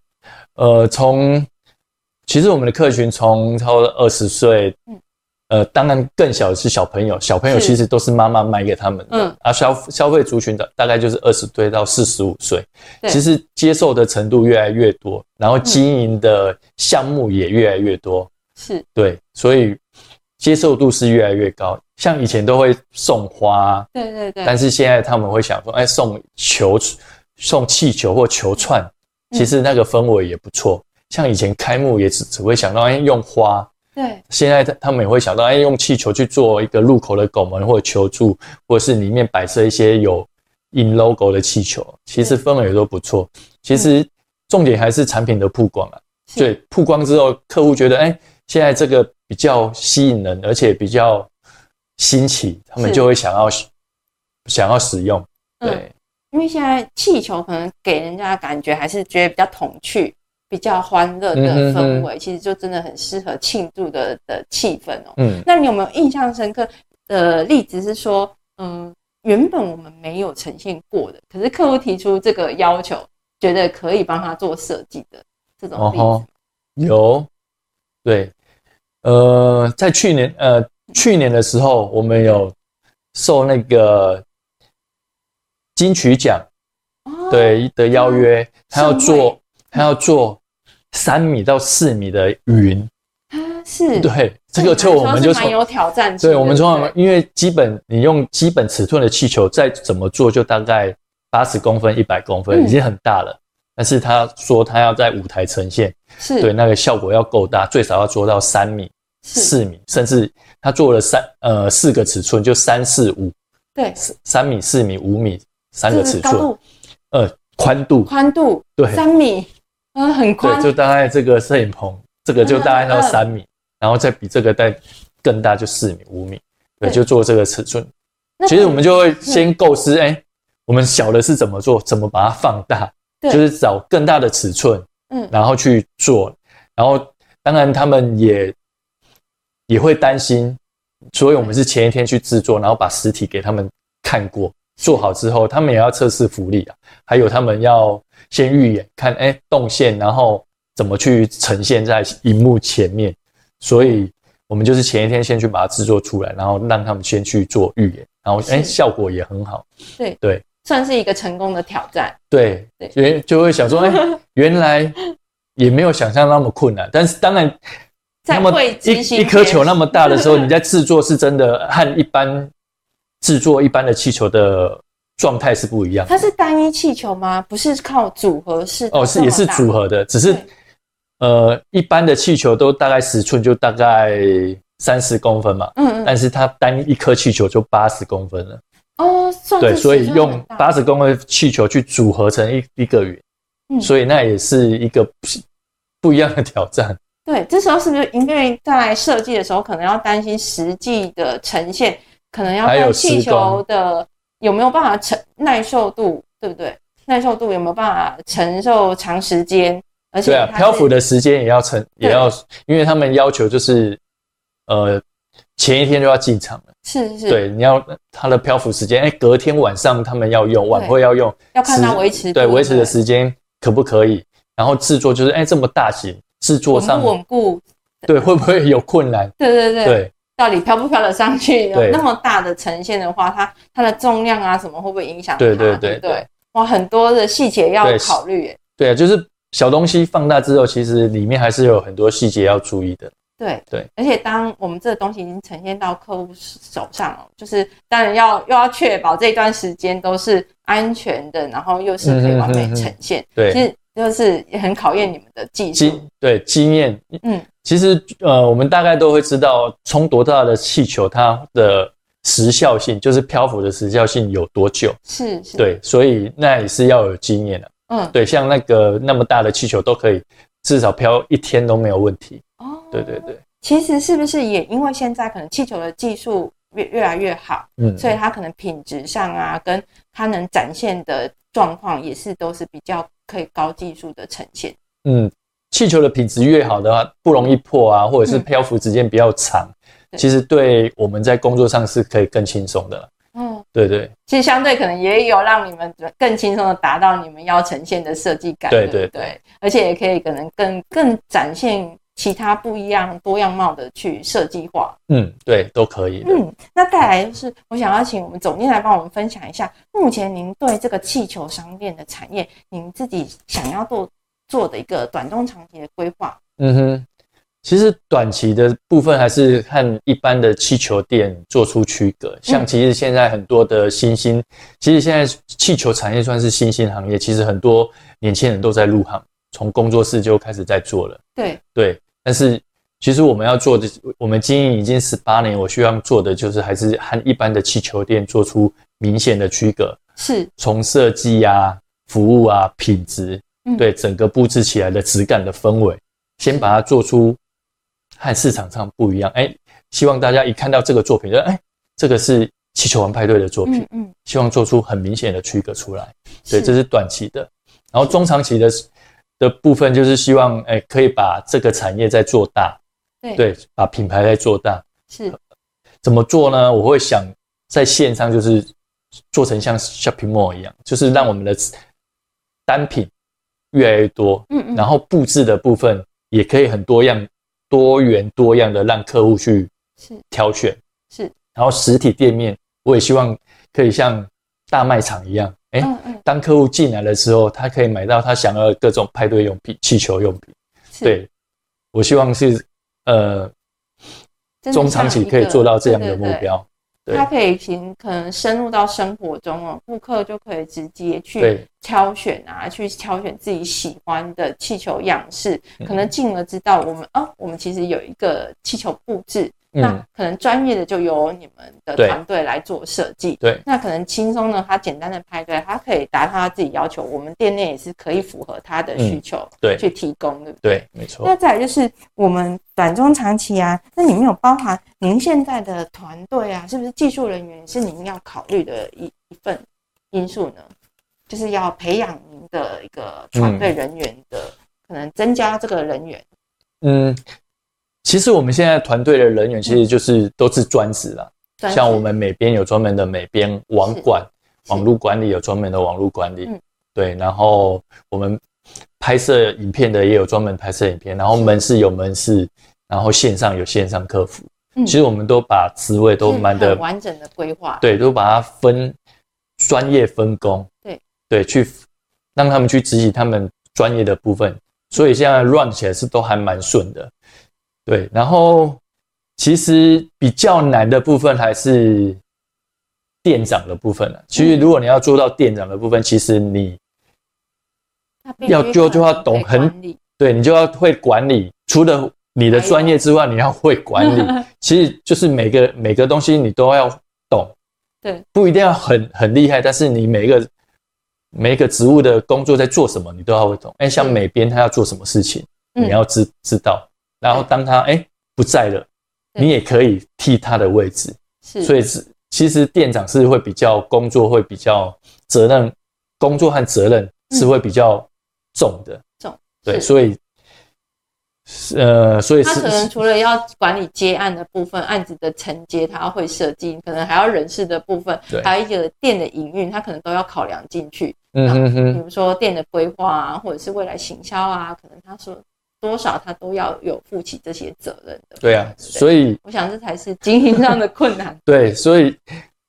Speaker 2: 呃从，其实我们的客群从超过二十岁
Speaker 1: 嗯，
Speaker 2: 呃，当然更小的是小朋友，小朋友
Speaker 1: 是
Speaker 2: 其实都是妈妈买给他们
Speaker 1: 嗯
Speaker 2: 的，啊，消消费族群的大概就是二十岁到四十五岁，
Speaker 1: 对
Speaker 2: 其实接受的程度越来越多，然后经营的项目也越来越多，
Speaker 1: 是
Speaker 2: 对，所以接受度是越来越高。像以前都会送花啊、
Speaker 1: 对对对，
Speaker 2: 但是现在他们会想说，哎，送球、送气球或球串，
Speaker 1: 嗯
Speaker 2: 其实那个氛围也不错。像以前开幕也只只会想到，哎，用花，
Speaker 1: 对
Speaker 2: 现在他他们也会想到，哎，用气球去做一个入口的拱门或者球柱，或者是里面摆设一些有印 logo 的气球，其实氛围也都不错。其实重点还是产品的曝光啊，
Speaker 1: 是
Speaker 2: 对，曝光之后，客户觉得，哎，现在这个比较吸引人，而且比较新奇，他们
Speaker 1: 是
Speaker 2: 就会想要想要使用。对，
Speaker 1: 嗯因为现在气球可能给人家的感觉还是觉得比较童趣、比较欢乐的氛
Speaker 2: 嗯哼哼
Speaker 1: 围，其实就真的很适合庆祝的的气氛哦。
Speaker 2: 嗯，
Speaker 1: 那你有没有印象深刻的例子是说，嗯，原本我们没有呈现过的，可是客户提出这个要求，觉得可以帮他做设计的这种
Speaker 2: 哦
Speaker 1: 例子？
Speaker 2: 吼，有，对，呃，在去年呃去年的时候，我们有受那个金曲奖
Speaker 1: 哦，
Speaker 2: 对的邀约，他要
Speaker 1: 盛会
Speaker 2: 做他要做三米到四米的云，
Speaker 1: 啊，是，
Speaker 2: 对，这
Speaker 1: 对
Speaker 2: 个就
Speaker 1: 你
Speaker 2: 我
Speaker 1: 来
Speaker 2: 们
Speaker 1: 说
Speaker 2: 就是
Speaker 1: 蛮
Speaker 2: 从
Speaker 1: 有挑战性
Speaker 2: 对，
Speaker 1: 的，
Speaker 2: 我们
Speaker 1: 不
Speaker 2: 通常因为基本你用基本尺寸的气球，再怎么做就大概八十公分、一百公分，
Speaker 1: 嗯
Speaker 2: 已经很大了。但是他说他要在舞台呈现，
Speaker 1: 是
Speaker 2: 对那个效果要够大，最少要做到三米、
Speaker 1: 是，
Speaker 2: 四米，甚至他做了三呃四个尺寸，就三四五，
Speaker 1: 对，
Speaker 2: 三三米、四米、五米三
Speaker 1: 这
Speaker 2: 个
Speaker 1: 个
Speaker 2: 尺
Speaker 1: 高
Speaker 2: 寸，
Speaker 1: 度、
Speaker 2: 呃宽度，
Speaker 1: 宽度
Speaker 2: 对
Speaker 1: 三米，嗯，很宽
Speaker 2: 对，，就大概这个摄影棚，这个就大概
Speaker 1: 嗯
Speaker 2: 到三米，然后再比这个再更大就四米、五米，对，
Speaker 1: 对
Speaker 2: 就做这个尺寸。
Speaker 1: 那嗯
Speaker 2: 其实我们就会先构思，哎、我们小的是怎么做，怎么把它放大，
Speaker 1: 对
Speaker 2: 就是找更大的尺寸，
Speaker 1: 嗯
Speaker 2: 然后去做。然后当然他们也也会担心，所以我们是前一天去制作，然后把实体给他们看过，做好之后，他们也要测试浮力啊，还有他们要先预演看，哎、动线，然后怎么去呈现在荧幕前面。所以我们就是前一天先去把它制作出来，然后让他们先去做预演，然后哎、
Speaker 1: 是
Speaker 2: 效果也很好。
Speaker 1: 对
Speaker 2: 对，
Speaker 1: 算是一个成功的挑战。
Speaker 2: 对
Speaker 1: 对，
Speaker 2: 原就会想说，哎，原来也没有想象那么困难。但是当然，
Speaker 1: 在
Speaker 2: 那么
Speaker 1: 会
Speaker 2: 一
Speaker 1: 执行
Speaker 2: 一颗
Speaker 1: 前
Speaker 2: 球那么大的时候，你在制作是真的和一般制作一般的气球的状态是不一样的。
Speaker 1: 它是单一气球吗？不是靠组合式
Speaker 2: 哦，是也是组
Speaker 1: 合。
Speaker 2: 合的，只是
Speaker 1: 对
Speaker 2: 呃，一般的气球都大概十寸，就大概三十公分嘛。
Speaker 1: 嗯嗯，
Speaker 2: 但是它单一颗气球就八十公分了，
Speaker 1: 哦，算
Speaker 2: 对，
Speaker 1: 是
Speaker 2: 所以
Speaker 1: 尺寸
Speaker 2: 用
Speaker 1: 很大
Speaker 2: 八十公分的气球去组合成一一个圆，
Speaker 1: 嗯
Speaker 2: 所以那也是一个不不一样的挑战。
Speaker 1: 对，这时候是不是因为在设计的时候，可能要担心实际的呈现，可能要
Speaker 2: 还有
Speaker 1: 看气
Speaker 2: 施工
Speaker 1: 球的有没有办法承耐受度，对不对？耐受度有没有办法承受长时间？而且
Speaker 2: 对啊，
Speaker 1: 它是
Speaker 2: 漂浮的时间也要成，
Speaker 1: 对
Speaker 2: 也要，因为他们要求就是，呃，前一天就要进场了。
Speaker 1: 是是是，
Speaker 2: 对，你要它的漂浮时间，哎、隔天晚上他们要用，晚会要用，
Speaker 1: 要看它
Speaker 2: 时
Speaker 1: 维持度
Speaker 2: 对维持的
Speaker 1: 不
Speaker 2: 时间可不可以？然后制作就是，哎、这么大型制作
Speaker 1: 稳
Speaker 2: 上
Speaker 1: 不，稳固？
Speaker 2: 对，会不会有困难？
Speaker 1: 对对对，
Speaker 2: 对，
Speaker 1: 到底漂不漂得上去？
Speaker 2: [laughs]
Speaker 1: 有
Speaker 2: 对
Speaker 1: 那么大的呈现的话，它它的重量啊什么会不会影响它？
Speaker 2: 对对
Speaker 1: 对
Speaker 2: 对
Speaker 1: 不对，哇，很多的细节要
Speaker 2: 对
Speaker 1: 考虑耶。
Speaker 2: 对啊，就是小东西放大之后，其实里面还是有很多细节要注意的。
Speaker 1: 对
Speaker 2: 对，
Speaker 1: 而且当我们这个东西已经呈现到客户手上了，就是当然要又要确保这段时间都是安全的，然后又是可以完美呈现。其
Speaker 2: 嗯对，
Speaker 1: 实就是也很考验你们的技术。
Speaker 2: 经对经验，
Speaker 1: 嗯，
Speaker 2: 其实呃，我们大概都会知道冲多大的气球它的时效性，就是漂浮的时效性有多久。
Speaker 1: 是是，，
Speaker 2: 对，所以那也是要有经验的、
Speaker 1: 嗯，
Speaker 2: 对，像那个那么大的气球都可以，至少漂一天都没有问题。
Speaker 1: 哦，
Speaker 2: 对对。对，
Speaker 1: 其实是不是也因为现在可能气球的技术越越来越好，
Speaker 2: 嗯，
Speaker 1: 所以它可能品质上啊，跟它能展现的状况也是都是比较可以高技术的呈现。
Speaker 2: 嗯，气球的品质越好的话，不容易破啊，或者是
Speaker 1: 嗯
Speaker 2: 漂浮时间比较长，
Speaker 1: 对
Speaker 2: 其实对我们在工作上是可以更轻松的啦。
Speaker 1: 嗯，
Speaker 2: 对对
Speaker 1: 其实相对可能也有让你们更轻松的达到你们要呈现的设计感，
Speaker 2: 对
Speaker 1: 对
Speaker 2: 对
Speaker 1: 不对，而且也可以可能更更展现其他不一样多样貌的去设计化。
Speaker 2: 嗯，对，都可以的。
Speaker 1: 嗯，那再来就是我想要请我们总监来帮我们分享一下，目前您对这个气球商店的产业，您自己想要做做的一个短中长期的规划。
Speaker 2: 嗯哼，其实短期的部分还是和一般的气球店做出区隔。像其实现在很多的新兴，其实现在气球产业算是新兴行业，其实很多年轻人都在入行，从工作室就开始在做了。
Speaker 1: 对，
Speaker 2: 对，但是其实我们要做的，我们经营已经十八年，我希望做的就是还是和一般的气球店做出明显的区隔，
Speaker 1: 是
Speaker 2: 从设计啊、服务啊、品质
Speaker 1: 嗯，
Speaker 2: 对整个布置起来的质感的氛围，先把它做出和市场上不一样。哎，希望大家一看到这个作品，就哎，这个是气球王派对的作品
Speaker 1: 嗯，嗯，
Speaker 2: 希望做出很明显的区隔出来。对，
Speaker 1: 是
Speaker 2: 这是短期的。然后中长期的的部分就是希望，哎、可以把这个产业再做大，
Speaker 1: 对
Speaker 2: 对，呃把品牌再做大。
Speaker 1: 是
Speaker 2: 怎么做呢？我会想在线上就是做成像 shopping mall 一样，就是让我们的单品越来越多，
Speaker 1: 嗯嗯
Speaker 2: 然后布置的部分也可以很多样、多元、多样的让客户去
Speaker 1: 是
Speaker 2: 挑选。
Speaker 1: 是，
Speaker 2: 然后实体店面，我也希望可以像大卖场一样，哎、
Speaker 1: 嗯嗯
Speaker 2: 当客户进来的时候，他可以买到他想要的各种派对用品、气球用品。
Speaker 1: 是，
Speaker 2: 对，我希望是呃
Speaker 1: 真的
Speaker 2: 中长
Speaker 1: 像
Speaker 2: 期
Speaker 1: 一
Speaker 2: 可以
Speaker 1: 个
Speaker 2: 做到这样
Speaker 1: 对
Speaker 2: 的目
Speaker 1: 对对
Speaker 2: 标。对
Speaker 1: 它可以平可能深入到生活中哦，顾客就可以直接去
Speaker 2: 对
Speaker 1: 挑选啊，去挑选自己喜欢的气球样式，
Speaker 2: 嗯
Speaker 1: 可能进而知道我们哦，我们其实有一个气球布置，那
Speaker 2: 嗯，
Speaker 1: 可能专业的就由你们的
Speaker 2: 对
Speaker 1: 团队来做设计。
Speaker 2: 对
Speaker 1: 那可能轻松呢，他简单的派对，他可以达到他自己要求，我们店内也是可以符合他的需求、
Speaker 2: 嗯对哦
Speaker 1: 去提供，对不对？
Speaker 2: 对，没错
Speaker 1: 那。再来就是我们短中长期啊，那里面有包含您现在的团队啊，是不是技术人员是您要考虑的一一份因素呢？就是要培养您的一个团队人员的、可能增加这个人员，
Speaker 2: 嗯，其实我们现在团队的人员其实就是都是专职啦，
Speaker 1: 嗯专
Speaker 2: 像
Speaker 1: 职
Speaker 2: 我们美编有专门的美编网管，
Speaker 1: 是
Speaker 2: 网络管理有专门的网络管理，
Speaker 1: 嗯
Speaker 2: 对，然后我们拍摄影片的也有专门拍摄影片，然后门市有门市，然后线上有线上客服，
Speaker 1: 嗯
Speaker 2: 其实我们都把职位都
Speaker 1: 是
Speaker 2: 蛮的
Speaker 1: 很完整的规划，
Speaker 2: 对，都把它分专业分工，
Speaker 1: 对
Speaker 2: 对，去让他们去执行他们专业的部分，所以现在 run 起来是都还蛮顺的，对。然后其实比较难的部分还是店长的部分了、其实如果你要做到店长的部分，其实你
Speaker 1: 他必须
Speaker 2: 要就就要懂
Speaker 1: 被
Speaker 2: 很
Speaker 1: 管理
Speaker 2: 对你就要会管理，除了你
Speaker 1: 哎
Speaker 2: 的专业之外，你要会管
Speaker 1: [laughs]
Speaker 2: 理。其实就是每个每个东西你都要懂，
Speaker 1: 对，
Speaker 2: 不一定要很很厉害，但是你每一个每一个职务的工作在做什么，你都要会懂。哎、像美编他要做什么事情，
Speaker 1: 嗯
Speaker 2: 你要知知道。然后当他哎、不在了，
Speaker 1: 对
Speaker 2: 你也可以替他的位置。
Speaker 1: 是，
Speaker 2: 所以是其实店长是会比较工作会比较责任，工作和责任
Speaker 1: 嗯
Speaker 2: 是会比较重的。
Speaker 1: 重
Speaker 2: 对，
Speaker 1: 是
Speaker 2: 所以是呃，所以
Speaker 1: 他
Speaker 2: 是
Speaker 1: 可能除了要管理接案的部分，案子的承接，他会设计，可能还要人事的部分
Speaker 2: 对，
Speaker 1: 还有一个店的营运，他可能都要考量进去。
Speaker 2: 嗯哼
Speaker 1: 比
Speaker 2: 哼，
Speaker 1: 如说店的规划啊，或者是未来行销啊，可能他说多少他都要有负起这些责任的。
Speaker 2: 对啊，
Speaker 1: 以
Speaker 2: 所以。
Speaker 1: 我想这才是经营上的困难
Speaker 2: 对，所以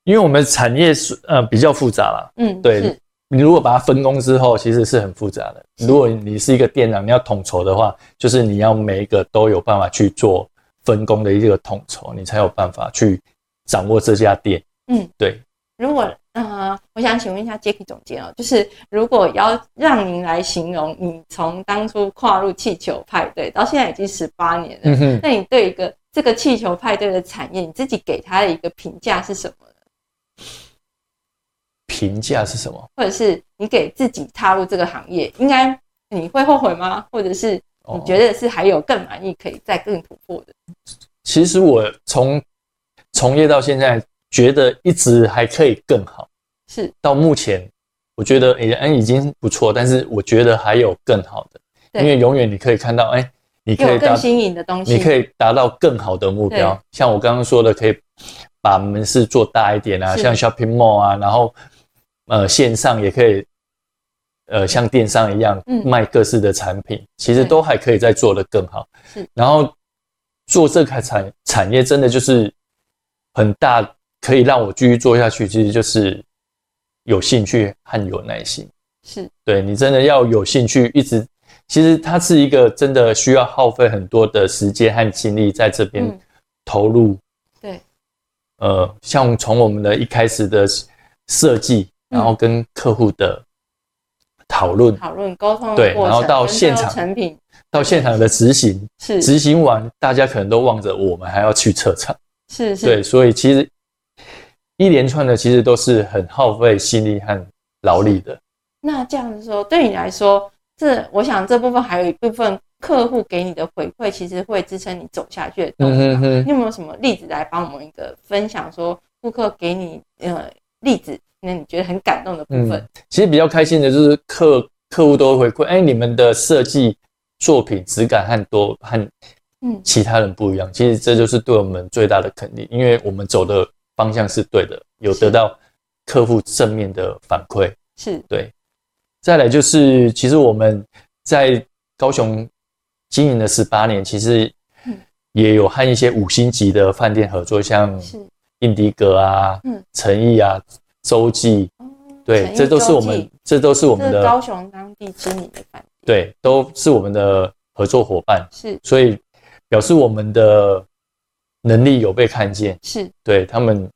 Speaker 2: 因为我们产业是呃比较复杂啦，
Speaker 1: 嗯，
Speaker 2: 对
Speaker 1: 是
Speaker 2: 你如果把它分工之后，其实是很复杂的。
Speaker 1: 是
Speaker 2: 如果你是一个店长，你要统筹的话，就是你要每一个都有办法去做分工的一个统筹，你才有办法去掌握这家店。
Speaker 1: 嗯，
Speaker 2: 对，
Speaker 1: 如果
Speaker 2: 嗯
Speaker 1: 呃，我想请问一下 Jacky 总监哦，就是如果要让您来形容你从当初跨入气球派对到现在已经十八年了，
Speaker 2: 嗯哼，
Speaker 1: 那你对一个这个气球派对的产业，你自己给它的一个评价是什么呢？
Speaker 2: 评价是什么？
Speaker 1: 或者是你给自己踏入这个行业，应该你会后悔吗？或者是
Speaker 2: 哦
Speaker 1: 你觉得是还有更满意，可以再更突破的？
Speaker 2: 其实我从从业到现在，觉得一直还可以更好。
Speaker 1: 是
Speaker 2: 到目前，我觉得也嗯已经不错，但是我觉得还有更好的，
Speaker 1: 对
Speaker 2: 因为永远你可以看到，哎，你可
Speaker 1: 有
Speaker 2: 以达
Speaker 1: 更新颖的东西，
Speaker 2: 你可以达到更好的目标
Speaker 1: 对。
Speaker 2: 像我刚刚说的，可以把门市做大一点啊，
Speaker 1: 是
Speaker 2: 像 shopping mall 啊，然后呃线上也可以，呃像电商一样
Speaker 1: 嗯
Speaker 2: 卖各式的产品，其实
Speaker 1: 对
Speaker 2: 都还可以再做得更好
Speaker 1: 是。
Speaker 2: 然后做这个产产业真的就是很大，可以让我继续做下去，其实就是有兴趣和有耐心。
Speaker 1: 是
Speaker 2: 对你真的要有兴趣，一直其实它是一个真的需要耗费很多的时间和精力在这边
Speaker 1: 嗯
Speaker 2: 投入。
Speaker 1: 对，
Speaker 2: 呃，像从我们的一开始的设计，
Speaker 1: 嗯
Speaker 2: 然后跟客户的讨论，
Speaker 1: 讨论沟通的
Speaker 2: 对
Speaker 1: 过
Speaker 2: 然后
Speaker 1: 程
Speaker 2: 到
Speaker 1: 跟
Speaker 2: 现
Speaker 1: 最后
Speaker 2: 场
Speaker 1: 成品
Speaker 2: 到现场的执行，
Speaker 1: 是
Speaker 2: 执行完大家可能都望着我们还要去撤场。
Speaker 1: 是是
Speaker 2: 对，所以其实一连串的其实都是很耗费心力和劳力的。
Speaker 1: 那这样子说，对你来说，这我想这部分还有一部分客户给你的回馈，其实会支撑你走下去的动力。
Speaker 2: 嗯哼哼
Speaker 1: 你。有没有什么例子来帮我们一个分享？说顾客给你呃例子，那你觉得很感动的部分？
Speaker 2: 嗯其实比较开心的就是客客户都会回馈，哎，你们的设计作品质感和多和
Speaker 1: 嗯，
Speaker 2: 其他人不一样，其实这就是对我们最大的肯定，因为我们走的方向是对的，有得到客户正面的反馈。
Speaker 1: 是
Speaker 2: 再来就是，其实我们在高雄经营了十八年，其实
Speaker 1: 嗯
Speaker 2: 也有和一些五星级的饭店合作，像
Speaker 1: 是，
Speaker 2: 印迪格啊
Speaker 1: 嗯、
Speaker 2: 诚意啊、洲际，
Speaker 1: 哦
Speaker 2: 对
Speaker 1: 诚，意
Speaker 2: 这都是
Speaker 1: 洲
Speaker 2: 我们
Speaker 1: 际
Speaker 2: 这都是我们
Speaker 1: 这
Speaker 2: 的
Speaker 1: 是高雄当地知名的饭店，
Speaker 2: 对，都是我们的合作伙伴，
Speaker 1: 是
Speaker 2: 所以表示我们的能力有被看见，
Speaker 1: 是
Speaker 2: 对他们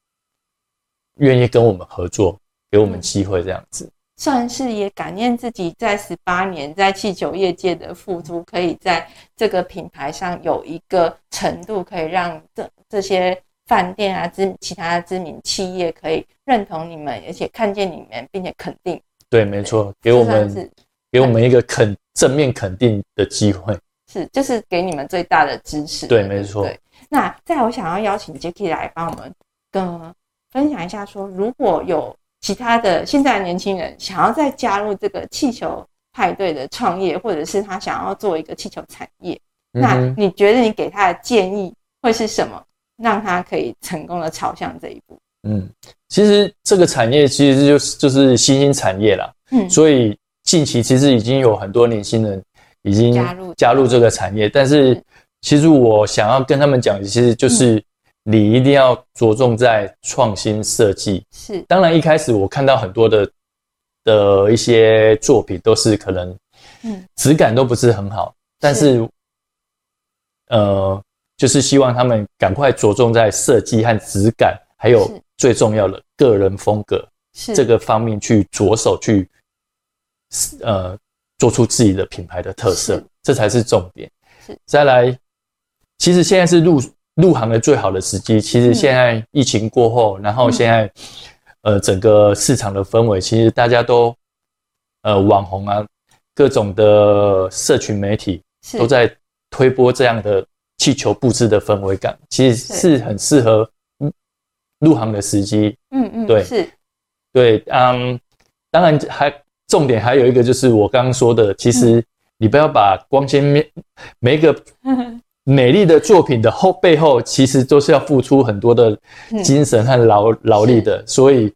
Speaker 2: 愿意跟我们合作，给我们
Speaker 1: 嗯
Speaker 2: 机会这样子。
Speaker 1: 算是也感念自己在十八年在气球业界的付出，可以在这个品牌上有一个程度，可以让这这些饭店啊、知其他知名企业可以认同你们，而且看见你们，并且肯定，
Speaker 2: 对，没错，给我
Speaker 1: 这算
Speaker 2: 们
Speaker 1: 是
Speaker 2: 给我们一个肯正面肯定的机会。
Speaker 1: 是就是给你们最大的支持。
Speaker 2: 对没错
Speaker 1: 对，那再我想要邀请 Jacky 来帮我们跟分享一下说如果有其他的现在的年轻人想要再加入这个气球派对的创业，或者是他想要做一个气球产业，
Speaker 2: 嗯
Speaker 1: 那
Speaker 2: 哼，
Speaker 1: 你觉得你给他的建议会是什么，让他可以成功的朝向这一步？
Speaker 2: 嗯，其实这个产业其实就是就是新兴产业啦，
Speaker 1: 嗯，
Speaker 2: 所以近期其实已经有很多年轻人已经
Speaker 1: 加入
Speaker 2: 这个产业，但是
Speaker 1: 嗯
Speaker 2: 其实我想要跟他们讲，其实就是你一定要着重在创新设计。
Speaker 1: 是
Speaker 2: 当然，一开始我看到很多的的一些作品都是可能
Speaker 1: 嗯
Speaker 2: 质感都不是很好，但是呃，就是希望他们赶快着重在设计和质感，还有
Speaker 1: 是
Speaker 2: 最重要的个人风格
Speaker 1: 是
Speaker 2: 这个方面去着手去呃做出自己的品牌的特色
Speaker 1: 是，
Speaker 2: 这才是重点
Speaker 1: 是。
Speaker 2: 再来，其实现在是入入行的最好的时机。其实现在疫情过后，然后
Speaker 1: 嗯
Speaker 2: 现在呃整个市场的氛围，其实大家都呃网红啊，各种的社群媒体
Speaker 1: 是
Speaker 2: 都在推播这样的气球布置的氛围感，其实
Speaker 1: 是
Speaker 2: 是很适合入入行的时机。
Speaker 1: 嗯嗯
Speaker 2: 对 [laughs]
Speaker 1: 是
Speaker 2: 对，嗯，当然还重点还有一个就是我刚刚说的，其
Speaker 1: 嗯
Speaker 2: 实你不要把光鲜面每一个美丽的作品的后背后，其实都是要付出很多的
Speaker 1: 嗯
Speaker 2: 精神和劳劳力的，所以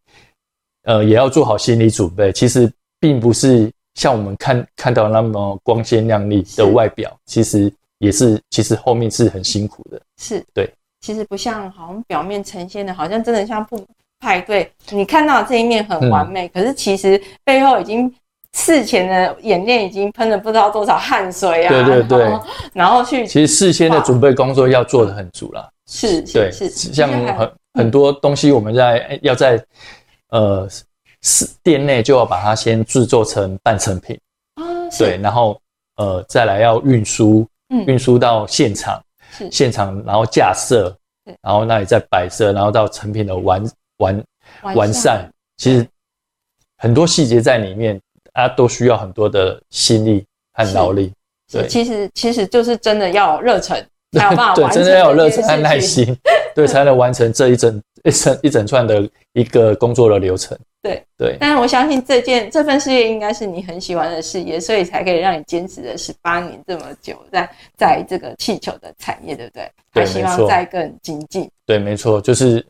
Speaker 2: 呃也要做好心理准备。其实并不是像我们看看到那么光鲜亮丽
Speaker 1: 是
Speaker 2: 的外表，其实也是其实后面是很辛苦的。
Speaker 1: 是，
Speaker 2: 对，
Speaker 1: 其实不像好像表面呈现的，好像真的像不派对，你看到这一面
Speaker 2: 嗯
Speaker 1: 很完美，可是其实背后已经。事前的演练已经喷了不知道多少汗水啊！
Speaker 2: 对对对
Speaker 1: 然后，然后去
Speaker 2: 其实事先的准备工作要做的很足啦。
Speaker 1: 是
Speaker 2: 对，
Speaker 1: 是是，
Speaker 2: 像
Speaker 1: 其实还嗯
Speaker 2: 很很多东西，我们在要在呃是店内就要把它先制作成半成品，
Speaker 1: 啊，是
Speaker 2: 对，然后呃再来要运输，
Speaker 1: 嗯
Speaker 2: 运输到现场，
Speaker 1: 是
Speaker 2: 现场然后架设
Speaker 1: 对，
Speaker 2: 然后那里再摆设，然后到成品的完完完善，其实很多细节在里面，它都需要很多的心力和
Speaker 1: 是
Speaker 2: 劳力，
Speaker 1: 是
Speaker 2: 对
Speaker 1: 其实其其实就是真的要有热忱，才有办法
Speaker 2: 对，
Speaker 1: 完成
Speaker 2: 真的要有
Speaker 1: 这
Speaker 2: 热
Speaker 1: 件
Speaker 2: 忱和
Speaker 1: 事
Speaker 2: 耐
Speaker 1: 情。
Speaker 2: 心， [laughs] 对，才能完成这一整 [laughs] 一整一整串的一个工作的流程。
Speaker 1: 对
Speaker 2: 对，
Speaker 1: 但是我相信这件这份事业应该是你很喜欢的事业，所以才可以让你坚持了十八年这么久，在在这个气球的产业，对不对？
Speaker 2: 对
Speaker 1: 还希
Speaker 2: 没
Speaker 1: 望
Speaker 2: 错
Speaker 1: 再更精进。
Speaker 2: 对，没错，就是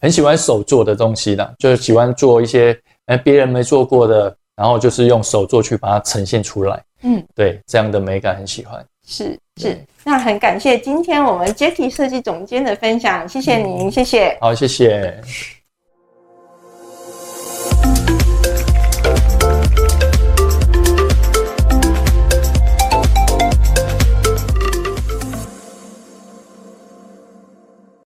Speaker 2: 很喜欢手做的东西啦，就是喜欢做一些哎别人没做过的，然后就是用手做去把它呈现出来。
Speaker 1: 嗯，
Speaker 2: 对，这样的美感很喜欢。
Speaker 1: 是是
Speaker 2: 对。
Speaker 1: 那很感谢今天我们 Jacky 设计总监的分享，谢谢您，谢谢。
Speaker 2: 好，谢谢。